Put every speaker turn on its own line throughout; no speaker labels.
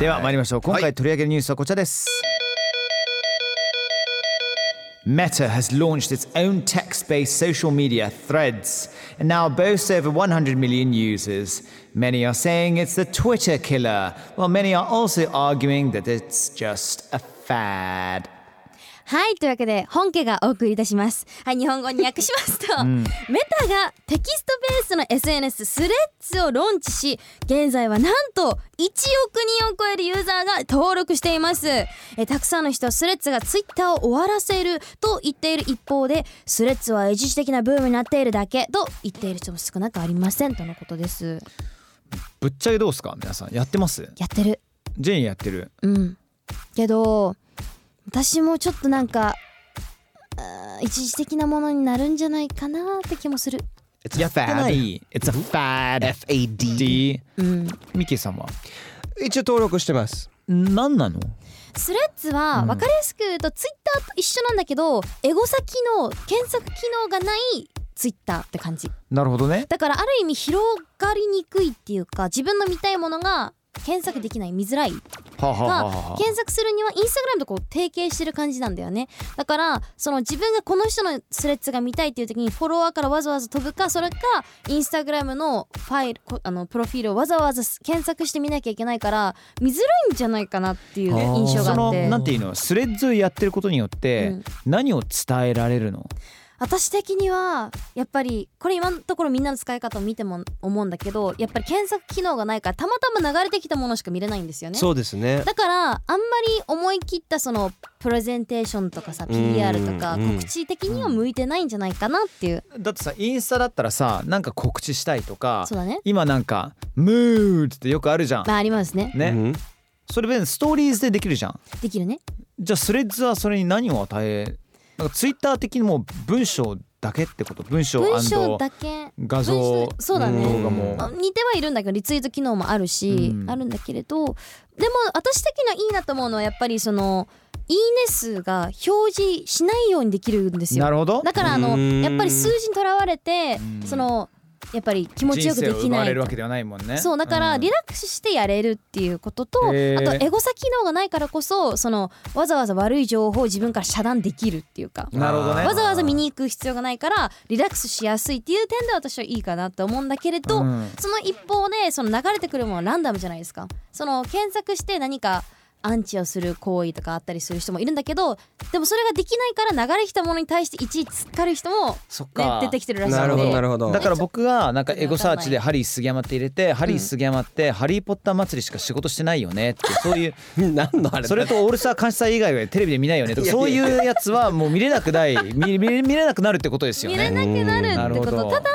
では参りましょう今
は
回取り上げるニュースはこちらです、Meta has launched its own text-based social media threads and now boasts over 100 million users. Many are saying it's the Twitter killer, while many are also arguing that it's just a fad.
はいというわけで本家がお送りいたしますはい日本語に訳しますと、メタがテキストベースの SNS スレッズをローンチし現在はなんと1億人を超えるユーザーが登録していますえーたくさんの人はスレッズがツイッターを終わらせると言っている一方でスレッズは一時的なブームになっているだけと言っている人も少なくありませんとのことです
ぶっちゃけどうですか皆さんやってます
やってる
ジェインやってる
うんけど私もちょっとなんかあー一時的なものになるんじゃないかなって気もする
やってない It's a fad F-A-D
うん
ミキさんは
一応登録してます。
何なの
スレッズは分かりやすく言うとツイッターと一緒なんだけどエゴサ機能検索機能がないツイッターって感じ
なるほどね
だからある意味広がりにくいっていうか自分の見たいものが検索できない見づらい
はあはあはあは
が
あ
検索するにはインスタグラムとこう提携してる感じなんだよねだからその自分がこの人のスレッズが見たいっていう時にフォロワーからわざわざ飛ぶかそれかインスタグラムのファイルこあのプロフィールをわざわざ検索してみなきゃいけないから見づらいんじゃないかなっていう印象があ
そ
って
のなんていうのスレッズやってることによって、何を伝えられるの
私的にはやっぱりこれ今のところみんなの使い方を見ても思うんだけどやっぱり検索機能がないからたまたま流れてきたものしか見れないんですよね。
そうですね
だからあんまり思い切ったそのプレゼンテーションとかさ
うん
PR とか
うん
告知的には向いてないんじゃないかなっていう
だってさインスタだったらさなんか告知したいとか
そうだね
今なんか「ムード」ってよくあるじゃん
まあありますね
ね、
うん
それ別にストーリーズでできるじゃん
できるね
じゃあスレッズはそれに何を与えなんかツイッター的にもう文章だけってこと文章
文章だけ
画像
文章そうだね
動画も
あ似てはいるんだけどリツイート機能もあるし、
うん
あるんだけれどでも私的にはいいなと思うのはやっぱりそのいいね数が表示しないようにできるんですよ
なるほど
だからあ
う
の
ん
やっぱり数字にとらわれて
うん
そのやっぱり気持ちよくでき
人生を奪わ
な
れ
い
るわけではないもんね
そうだからリ
ラ
ラックスしてやれるっていうことと、
へー
あとエゴサ機能がないからこそそのわざわざ悪い情報を自分から遮断できるっていうか
なるほどね
わざわざ見に行く必要がないからリラックスしやすいっていう点で私はいいかなと思うんだけれど、
うん
その一方でその流れてくるものはランダムじゃないですかその検索して何かアンチをする行為とかあったりする人もいるんだけどでもそれができないから流れてきたものに対していちいち突っかかる人も、
そっ
ね
か、
出てきてるらしい
なる
の
ほど
で
なるほど
だから僕がなんか
ちょっと
エゴサーチで「ハリー杉山」って入れて「ハリー杉山ってハリー・ポッター祭りしか仕事してないよね」ってそう いう
何のあれ
それと「オールスター感謝祭以外はテレビで見ないよね」とか
いやいや
そう
いや
いうやつはもう見れなくない見見見れなくなるってことですよ
見れ
ね。
なくなるってこ
うんなるほど
とただ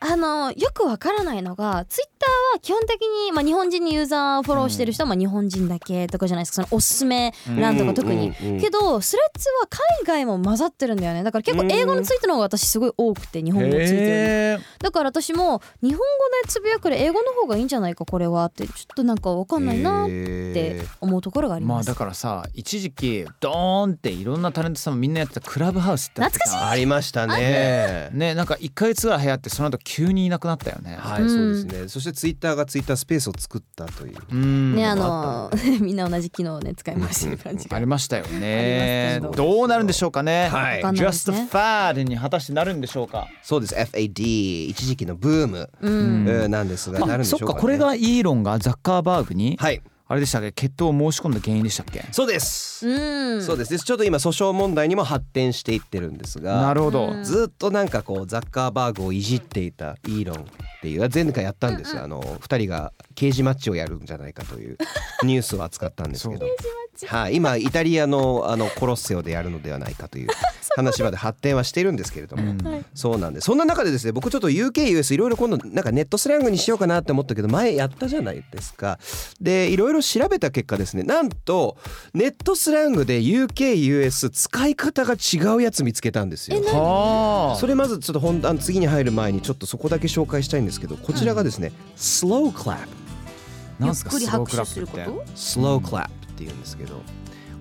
あのよくわからないのがツイッターは基本的に、まあ、日本人にユーザーをフォローしてる人は、まあ、日本人だけとかじゃないですかそのおすすめ欄とか特に、
うんうんうん
けどスレッズは海外も混ざってるんだよねだから結構英語のツイートの方が私すごい多くて日本語のツイートより
へー
だから私も日本語でつぶやくより英語の方がいいんじゃないかこれはってちょっとなんかわかんないなっ
え
て思うところがあり
ま
ま
あ
す、
だからさ一時期ドーンっていろんなタレントさんもみんなやってたクラブハウスってあってさ
ーありましたね
ねなんか1ヶ月ぐらい流行ってその後急にいなくなったよね。
は
う
い
ん
そうですねそしてツイッターがツイッタースペースを作ったという
うん
ねあの みんな同じ機能をね使い回してる感じが
ありましたよね
ありましたけど
どうなるんでしょうかね、
はい
わかんないです
Just
ね
a fad に果たしてなるんでしょうか
そうです FAD 一時期のブーム
うん
えーなんですがなるん
あ
でし
そ
ょ
っ
うか
か
ね
これがイーロンがザッカーバーグに、
はい
あれでしたっけ決闘を申し込んだ原因でしたっけ
そうです
うん
そうですですちょっと今訴訟問題にも発展していってるんです
な
が
るほど、
ずっとなんかこうザッカーバーグをいじっていたイーロンっていう前回やったんですよあの二人が刑事マッチをやるんじゃないかという ニュースを扱ったんですけどはい今イタリアのあのコロッセオでやるのではないかという話まで発展はしているんですけれどもそうなんですそんな中でですね僕ちょっと UKUS いろいろ今度なんかネットスラングにしようかなって思ったけど前やったじゃないですかでいろいろ調べた結果ですねなんとネットスラングで UKUS 使い方が違うやつ見つけたんですよ。
はあ
それまずちょっと本あの次に入る前にちょっとそこだけ紹介したいんですけどこちらがですね、スロークラップ
なんすか
ゆっくり
スロー
拍
クラ
手
ッ
す
プっ
る
て
こと
スロークラップっていうんですけど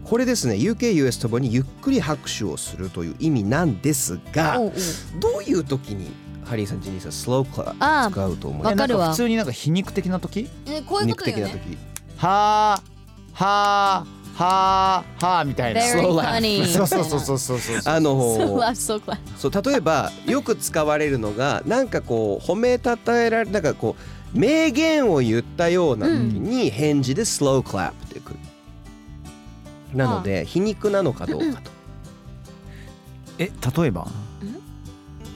これですね UKUS ともにゆっくり拍手をするという意味なんですが
おうおう
どういう時にハリーさんジェニーさんスロークラッ
あ
プ
ー
使うと思い
わ
ま
かるわ
えなん普通になんか皮肉的な時
えこう
す
いうこ
肉
とよ
的な
ね
時
はあはあはあはあみたいな
Very funny
そうそうそうそうそうそう
あのー
そうラそうか
そう例えばよく使われるのがなんかこう褒めたたえられなんかこう名言を言ったような時に返事でスロークラップってくる、なので皮肉なのかどうかと
え例えば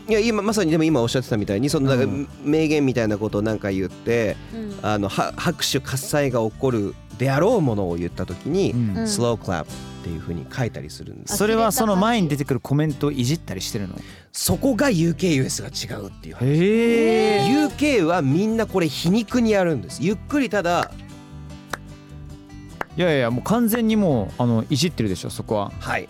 いや今まさにでも今おっしゃってたみたいにそのなんか
うん
名言みたいなことをなんか言って、
うん
あのは拍手喝采が起こるであろうものを言った時に、
うん
うん
スロークラップっていうふうに書いたりするんです、
それはその前に出てくるコメントをいじったりしてるの
そこが UKUS が違うっていう話
へ
UK はみんなこれ皮肉にやるんですゆっくりただ
いやいやもう完全にもうあのいじってるでしょそこは
はい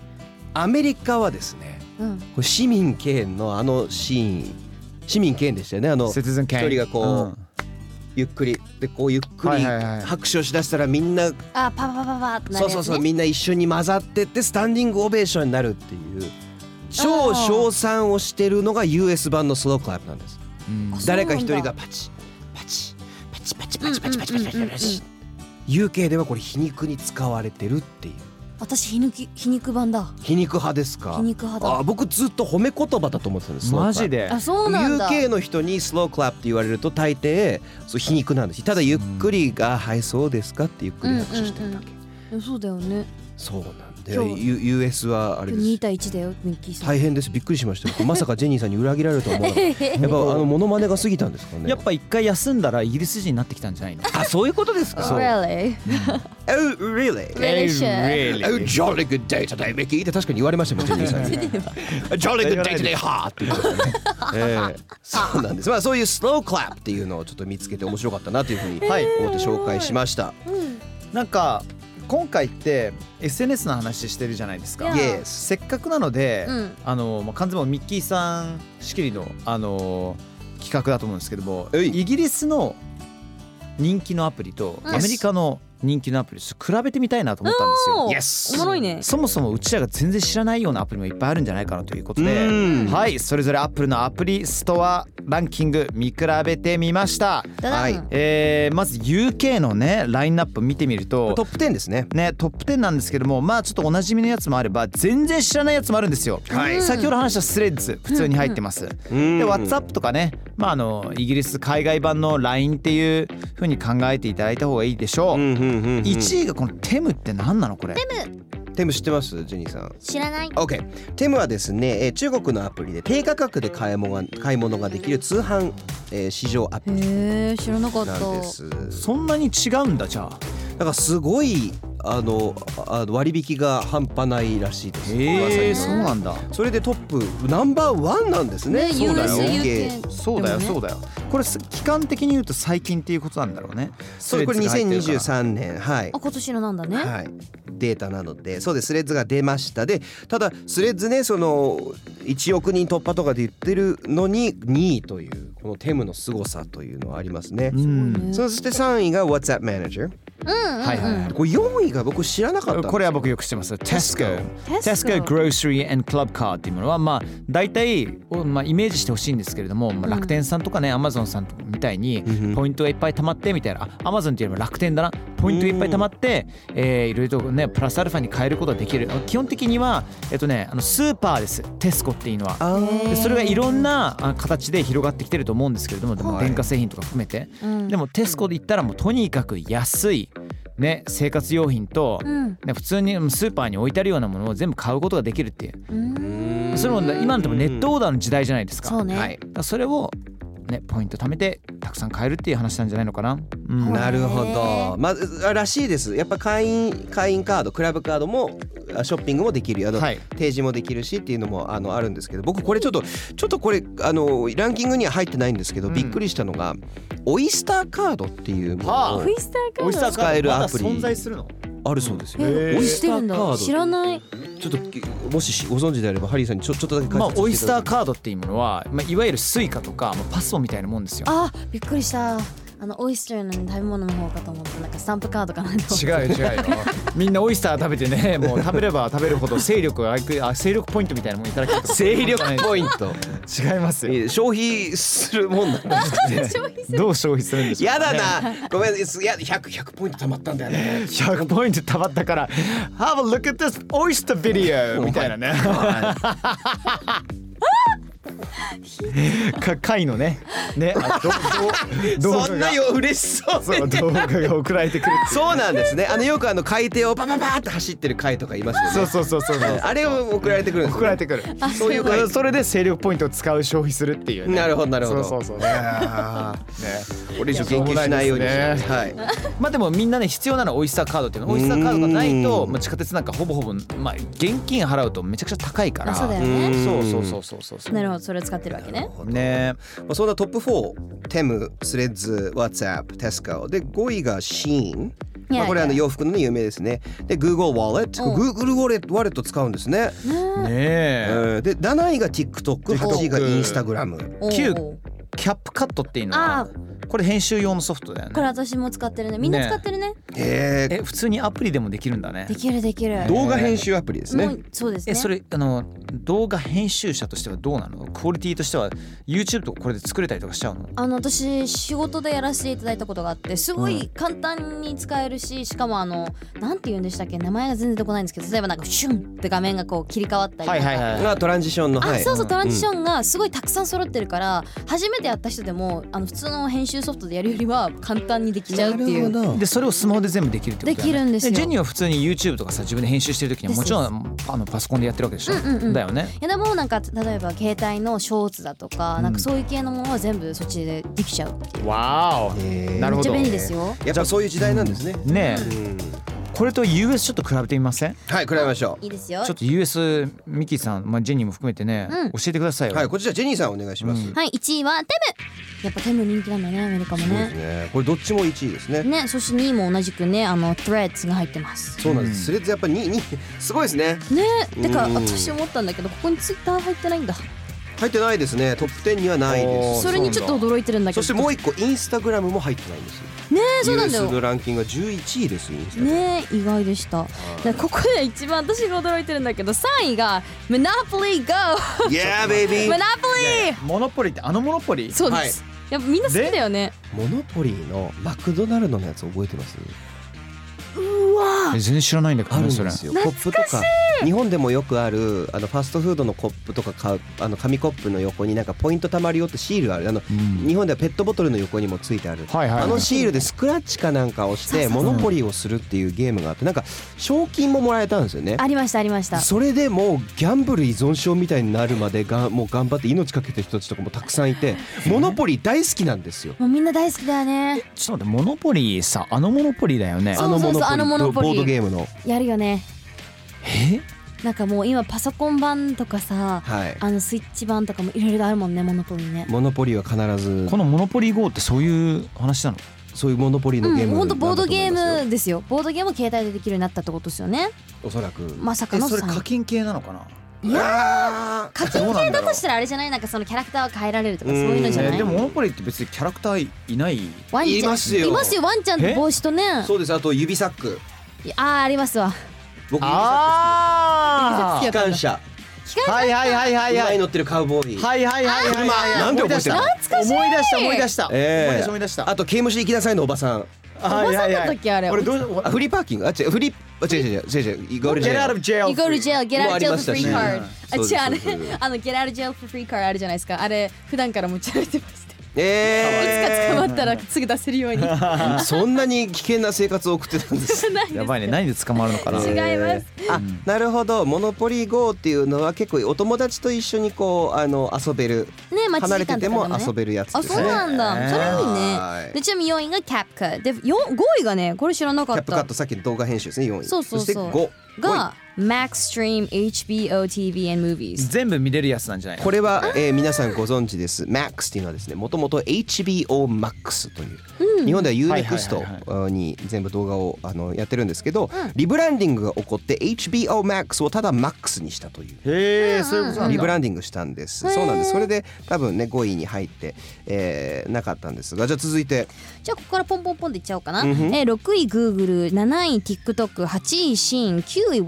アメリカはですね
うん
これ市民権のあのシーン市民権でしたよねあの
節分権
一人がこうゆっくりでこうゆっく
は
り
いはいはい
拍手をしだしたらみんな、
あパパパパパってな
そ
るや
う
つ、ね、
そうそうみんな一緒に混ざってってスタンディングオベーションになるっていう超称賛をしてるのが US 版のスロークラップなんです
うん
そうな
誰
んだ
か一人がパチパチパチパチパチパチパチパチパチ
うんうんうんうん
パチ UK ではこれ皮肉に使われてるっていう
私皮肉皮肉版だ
皮肉派ですか
皮肉派だ
あ僕ずっと褒め言葉だと思ってたんです
マジで
あそうなんだ
UK の人にスロークラップって言われると大抵そう皮肉なんですただゆっくりが「はいそうですか」ってゆっくり拍手してるだけ、
えそうだよね
そうなんで
今日
U- US はあれ
今
で
日2
す
対1だよミッキーさん
大変ですびっくりしましたよまさかジェニーさんに裏切られるとは思わなかったやっぱあのモノマネが過ぎたんですかね
やっぱ一回休んだらイギリス人になってきたんじゃないのあそういうことです
Really?
Oh really?
Really sure.
Oh jolly good day today Mickey って確かに言われましたもんジェニーさんに A Jolly good day today ha って言ってま したねええそうなんですまあそういう slow clap っていうのをちょっと見つけて面白かったなというふうに
はい
思って紹介しました
なんか今回って SNS の話してるじゃないですか、
い
Yes
や
せっかくなので、
うん
あのまあ完全にもうミッキーさん仕切りのあの企画だと思うんですけども
えい
イギリスの人気のアプリと
うん
アメリカの人気のアプリちょっと比べてみたいなと思ったんですよ。
お
Yes
おもろいね
そもそもうちらが全然知らないようなアプリもいっぱいあるんじゃないかなということで、
うん
はいそれぞれアップルのアプリストアランキング見比べてみました、
だだん
はい
えーまず UK のねラインナップ見てみると
トップ10ですね
ね、トップ10なんですけどもまあちょっとおなじみのやつもあれば全然知らないやつもあるんですよ、
はい
先ほど話したスレッズ普通に入ってます、
うん
で WhatsApp とかね、まあ、あのイギリス海外版の LINE っていう風に考えていただいた方がいいでしょう、
うんうんうんうん
1位がこのテムって何なのこれテム
テム知ってますジェニーさん
知らない
OK テムはですねえー中国のアプリで低価格で買い物が買い物ができる通販、えー市場アプリ
へえ知らなかった
なんですだ
そんなに違うんだじゃあ
からすごいあのああの割引が半端ないらしいです噂に
へ
よ
え
ると
そうなんだ
それでトップナンバーワンなんですね
ね
そうだよ
US
そうだよそうだよこれす期間的に言うと最近っていうことなんだろうね
それこれ
スレッズが入ってるから
2023年はい
あ今年のなんだね、
はい、データなのでそうですスレッズが出ましたでただスレッズねその1億人突破とかで言ってるのに2位というこのテムの凄さというのはありますね。
うん
そして3位が WhatsApp Manager
はいはいはい
これ4位が僕知らなかったんですよ
これは僕よく知ってます。Tesco。
Tesco
Tesco Grocery and Club Card っていうものは、まあ、大体、おまあ、イメージしてほしいんですけれども、まあ、楽天さんとかね、Amazon さんとかみたいに
うん、
ポイントがいっぱい溜まってみたいな、あ Amazon っていうよりも楽天だな、ポイントがいっぱい溜まって、えーいろいろとね、プラスアルファに変えることができる。基本的には、えっとね、あのスーパーです、Tesco っていうのは。
あー
でそれがいろんなあ形で広がってきてると思うんですけれどもでも
はい
電化製品とか含めて、
ん
でもテスコで行ったらもうとにかく安い、ね、生活用品と、
ん
ね、普通にうんスーパーに置いてあるようなものを全部買うことができるっていう
うん
それも今のとこネットオーダーの時代じゃないですか
そうね
はい、だからそれを、ね、ポイント貯めてたくさん買えるっていう話なんじゃないのかな、うん
なるほど、まあ、らしいですやっぱ会員会員カードクラブカードもあショッピングもできるあの、
はい
提示もできるしっていうのもあのあるんですけど僕これちょっとちょっとこれあのランキングには入ってないんですけど、びっくりしたのがオイスターカードっていうものを
は
スター
オイスターカ
使え
ード
る
まだ
アプリ
存在するの
あるそうですよ、
え
へー
オ
オ
イ
イ
ス
ス
タ
タ
ー
ー
カ
カ
ード
ード知らない
ちょっときもしご存知であればハリーさんにちょちょっとだけ解
まあ
説していただけます
オイスターカードっていうものは、まあ、いわゆるスイカとか、まあ、パスモみたいなもんですよ
あびっくりしたあのオイスターの食べ物の方かと思ってなんかスタンプカードかなと思って
違うよ違うよみんなオイスター食べてねもう食べれば食べるほど勢力がいくあ勢力ポイントみたいなもんいただけると
勢力ポイント
違いますよ
え消費するもんなんですかね
どう消費するんでしょ う
やだなごめんすや 100, 100ポイント貯まったんだよね
100ポイントたまったから「Have a look at this oyster video」みたいなねか貝のねねあどど動
そ
画
んな
が
よ嬉しそう
そう動画が送られてくる
そうなんですねあのよくあの海底をパパパーって走ってる貝とかいます
そ
よ
う
ね
そうそうそうそう
あれを送られてくるんです
送られてくる
そういう貝
それで勢力ポイントを使う消費するっていうね
なるほどなるほど
そうそうそうね ね
これ以上研究しないようにします
い
はい
まあでもみんなね必要なのはオイスターカードっていうのオイスターカードがないと、まあ、地下鉄なんかほぼほぼ、まあ、現金払うとめちゃくちゃ高いから
あそうだよね
そうそうそうそうそうそう
なるほどそれを使ってるわけね
ね
まあそんなトップ4テムスレッズ WhatsApp テスカで5位がシーン
いやいや
まあこれあの洋服のね有名ですねで Google ワレット
うん
Google ワレットワレット使うんですね
ね
え
え
ーで7位が TikTok8 位が Instagram
おう
キューキャップカットっていうの
あ
はこれ編集用のソフトだよ
これ
ね
私も使ってるねみんな使ってるね
えー
え普通にアプリでもできるんだね
できるできる
動画編集アプリですね
もうそうですね
えそれあの動画編集者としてはどうなのクオリティとしては YouTube とかこれで作れたりとかしちゃうの
あの私仕事でやらせていただいたことがあってすごい簡単に使えるし、しかもあのなんて言うんでしたっけ名前が全然出てこないんですけど例えばなんかシュンって画面がこう切り替わったりとか、
がトランジションの
あ
はい
そうそうトランジションがすごいたくさん揃ってるから、初めめてやった人でもあの普通の編集ソフトでやるよりは簡単にできちゃうっていう
なるほど
でそれをスマホで全部できるってことだよね
できるんですよ
ジェニーは普通に YouTube とかさ自分で編集してる時にはもちろんあのパソコンでやってるわけでしょ、
うんうんうん
だよね
いやでもなんか例えば携帯のショーツだとか、なんかそういう系のものは全部そっちでできちゃうっていう
わ
へー
なる
め
ほ
っちゃ
ど
便利
ね
ですよ
やっぱそういう時代なんですね。
え
うん
これと US ちょっと比べてみません
はい、比べましょ。
いいですよ
ちょっと US ミキさん、まあ、ジェニーも含めてね、
うん
教えてくださいうよ、
はい、こちらジェニーさんお願いします。
はい1位はテムやっぱテム人気なんだねアメリカも
そうです
ね
ね。これどっちも1位ですね。
ねそして2位も同じくねあの Threads が入ってます
そうなんです。スレッズやっぱ2、2、すごいですね。
ねてか
うん
私思ったんだけどここにツイッター入ってないんだ
入ってないですね。トップ10にはないで
おー
す。
それにちょっと驚いてるんだけ
そ
ど
してもう一個インスタグラムも入ってないんです。
ねえそうなんだ
US の
よ
ランキングが11位です。インスタグラム。
ねえ意外でしたでここで一番私が驚いてるんだけど3位が「モノポリー GO」
Yeah, baby
モノポリー
モノポリってあのモノポリ
そうです、やっぱみんな好きだよね
モノポリーのマクドナルドのやつ覚えてます
うわ
え全然知らないんだけど
あるん
ね
で
それ
すよコップとか日本でもよくあるあのファストフードのコップとか買うあの紙コップの横になんかポイント貯まるよってシールあるあの、
ん
日本ではペットボトルの横にもついてある、
はいはいはい
あのシールでスクラッチかなんかをしてモノポリーをするっていうゲームがあってなんか賞金ももらえたんですよね
ありましたありました
それでもうギャンブル依存症みたいになるまでがもう頑張って命かけてる人たちとかもたくさんいてモノポリー大好きなんですよ
もうみんな大好きだよね
ちょっと待ってモノポリさあのモノポリだよね
そうあのモノポリー
ボードゲームの
やるよね
え
なんかもう今パソコン版とかさ
はい
あのスイッチ版とかもいろいろあるもんねモノポリーね
モノポリーは必ず
このモノポリ GO ってそういう話なの
そういうモノポリーのゲー
うん
ム
ほ
なんん
と
だと
ボー
思いますよ
ドゲームですよボードゲームを携帯でできるようになったってことですよね
おそらく
まさかの3位
金系なのかない
や
や
課
ど
金
うなん
系
だ
だ
ろう
としたらあれじゃないなんかそのキャラクターを変えられるとかそういうのじゃな
うん
い
えでも
ノポリって別にキャラクターいない
ワンちゃん
いますよ
いますよワンちゃんと帽子とね
そうですあと指サック
ああありますわ
僕指サッ
あ
ク
ー
機関車
あはいはいはいはい
馬
はい
に乗ってるカウボーイ
はいはいはいはいはい
なんで覚えてんの
思い出した思い出した思い出した
ええ
思い出した思い出した
あと刑務所行きなさいのおばさん
はいはい
おばさんだったっけあれ
俺どうし
あフリーパーキングあ違うフリー違う違う違う違う違う違う
Get out of jail
You go to jail, get
もう
out
あ
of
り
jail
ましたねそうで
for free card あ
す
違うあれ
そうです
あの get out of jail for free card あるじゃないですかあれ普段から持ち歩いてましたいつ
え
か捕まったらすぐ出せるよ うに違いま
ーそんなに危険な生活を送ってたん です
やばいね何で捕まるのかな
す
あなるほどモノポリ GO っていうのは結構お友達と一緒にこうあの遊べる
ね待
離れ
ち時間
て
とかで
て
も
も
ね
遊べるやつ
あ
ですね
そうなんだそれいい
は
ね
い
でちなみに4位がキャプカで4 5位がねこれ知らなか
キ
っ
ャップカッ
た
トさっきの動画編集ですね4位
そうそう
し
そう
て5
が MaxStream HBO TV and Movies
全部見れるやつなんじゃないの
これは、えー皆さんご存知です MAX っていうのはですねもともと HBOMAX という、日本では
はいはいはい
UNEXT に全部動画をあのやってるんですけど、リブランディングが起こって HBOMAX をただ MAX にしたという。
へえそういうことなんだ
リブランディングしたんです。そうなんです。それで多分ね5位に入って、えーなかったんですが、じゃあ続いて
じゃあここからポンポンポンでいっちゃおうかな、えー、6位 Google7 位 TikTok8 位 SHEIN 9位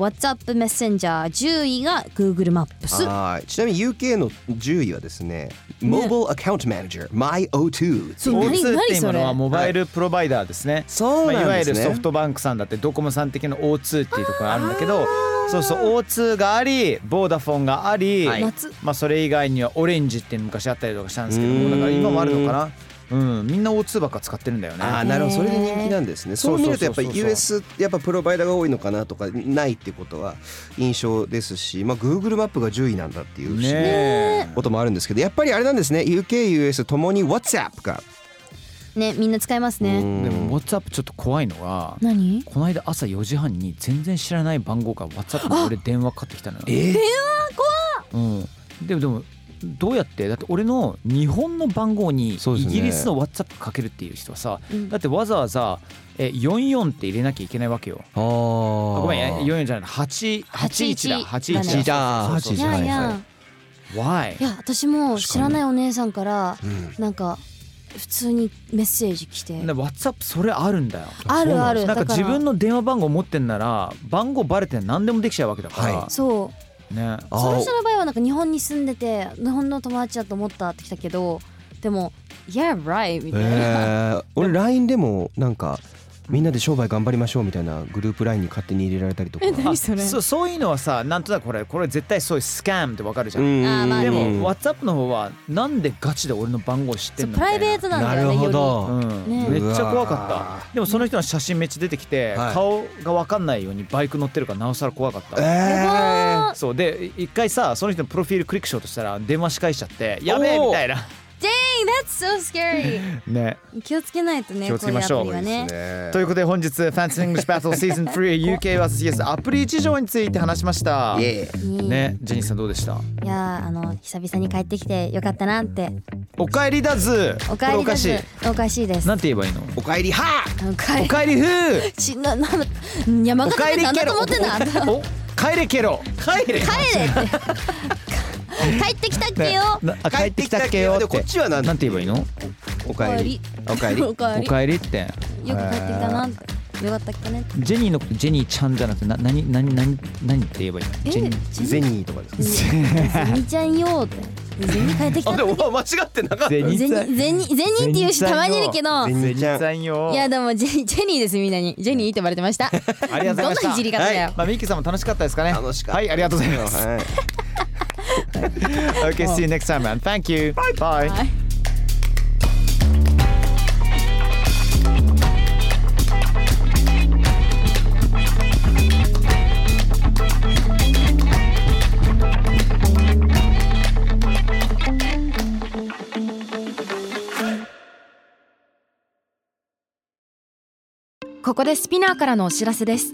WhatsAppMessenger10 位が Google マップス
はいちなみに UK の10位はですね、Mobile Account Manager MyO2
そう
O2
何
っていうものは
何それ
モバイルプロバイダーですね。
そうなんですね
まあいわゆるソフトバンクさんだってドコモさん的な O2 っていうところがあるんだけど、そうそう O2 があり、ボーダフォンがあり、
はい
夏
まあそれ以外にはオレンジっていうの昔あったりとかしたんですけど
うー
も、
ん
だから今もあるのかな。うん、みんな O2 ばっか使ってるんだよね。
ああなるほどそれで人気なんですねそう見るとやっぱり
そうそうそう
US やっぱプロバイダーが多いのかなとかないってことは印象ですしまあ Google マップが10位なんだっていう不思議な
ね
こともあるんですけどやっぱりあれなんですね UKUS ともに WhatsApp が
ねみんな使います
う
ね
ん
え。でも WhatsApp ちょっと怖いのが、
何
この間朝4時半に全然知らない番号から WhatsApp に俺電話かかってきたのよ。
え
うん、でもでもどうやってだって俺の日本の番号にイ
そうですね
ギリスの WhatsApp かけるっていう人はさ、
うん
だってわざわざえ44って入れなきゃいけないわけよ。
あ
あ
ー
ごめんえ44じゃない8 81だ
81
81だ
81
そう
い
そう
や
そ
は
う
い
いは
や
Why?
いや私も知らないお姉さんから
うん
なんか普通にメッセージ来て
で WhatsApp それあるんだよ。
あるある
なんか
だから
自分の電話番号持ってんなら番号バレて何でもできちゃうわけだから、
は
そう
ね
あー
その人の場合はなんか日本に住んでて日本の友達だと思ったって来たけどでも「Yeah right」みたいな、
えー俺 LINE でもなんかみんなで商売頑張りましょうみたいなグループラインに勝手に入れられたりとか。
何それ
そうそういうのはさなんとなくこれこれ絶対そういうスキャムってわかるじゃん、
あーまあね
でも、
うん
WhatsApp の方はなんでガチで俺の番号知って
そうん
の
プライベートなんだよね
なるほど
よ
うん
ね
めっちゃ怖
う
か
わ
ったでもその人の写真めっちゃ出てきて、
はい
顔が分かんないようにバイク乗ってるからなおさら怖かった、
りやばー
そうで一回さその人のプロフィールクリックしようとしたら電話し返しちゃってやべえ
おー
みたいな
Dang that's so scary
ね
気をつけないとね
気をつけましょう
こういうアプリはね
ということで本日 Fancy English Battle Season 3 UKVSUS アプリ事情について話しました
イエーイ
ねジェニーさんどうでした
いやーあの久々に帰ってきてよかったなって
おかえりだず
おか
これ
えり
おか
だ
し
し
い
おかしいです
なんて言えばいいの
おかえりは
おかえ
おかえりふー
しななうん山
お
形
かえ
って
り
なん
ケ
だと
ロ
思ってんだ
おお帰れケロ帰れ
帰れって帰ってきたっけよ
なあ帰ってきたっけよって
こっちはなんて
なんて言えばいいの
おかえりおかえり
おかえ
お
り
かえりって
よく帰ってきたなってよかったっけね
ジェニーのことジェニーちゃんじゃなくてな何何何何って言えばいいのジェニー
ゼニーとかですね
ゼニちゃんよってゼニ帰ってきたっ
あで
け
も間違ってなかった
ゼニ
ゼニ
ー
ゼニゼニっていう人たまにいるけど
ゼニちゃん
さんよ
いやでもジェジェニーですみんなにジェニーって呼ばれてました
ありがとうございました
どんないじり方だよ、
まあミッキーさんも楽しかったですかね
楽しかった
はいありがとうございます
はい
Okay see you next time and thank you bye
はい
ここでスピナーからのお知らせです。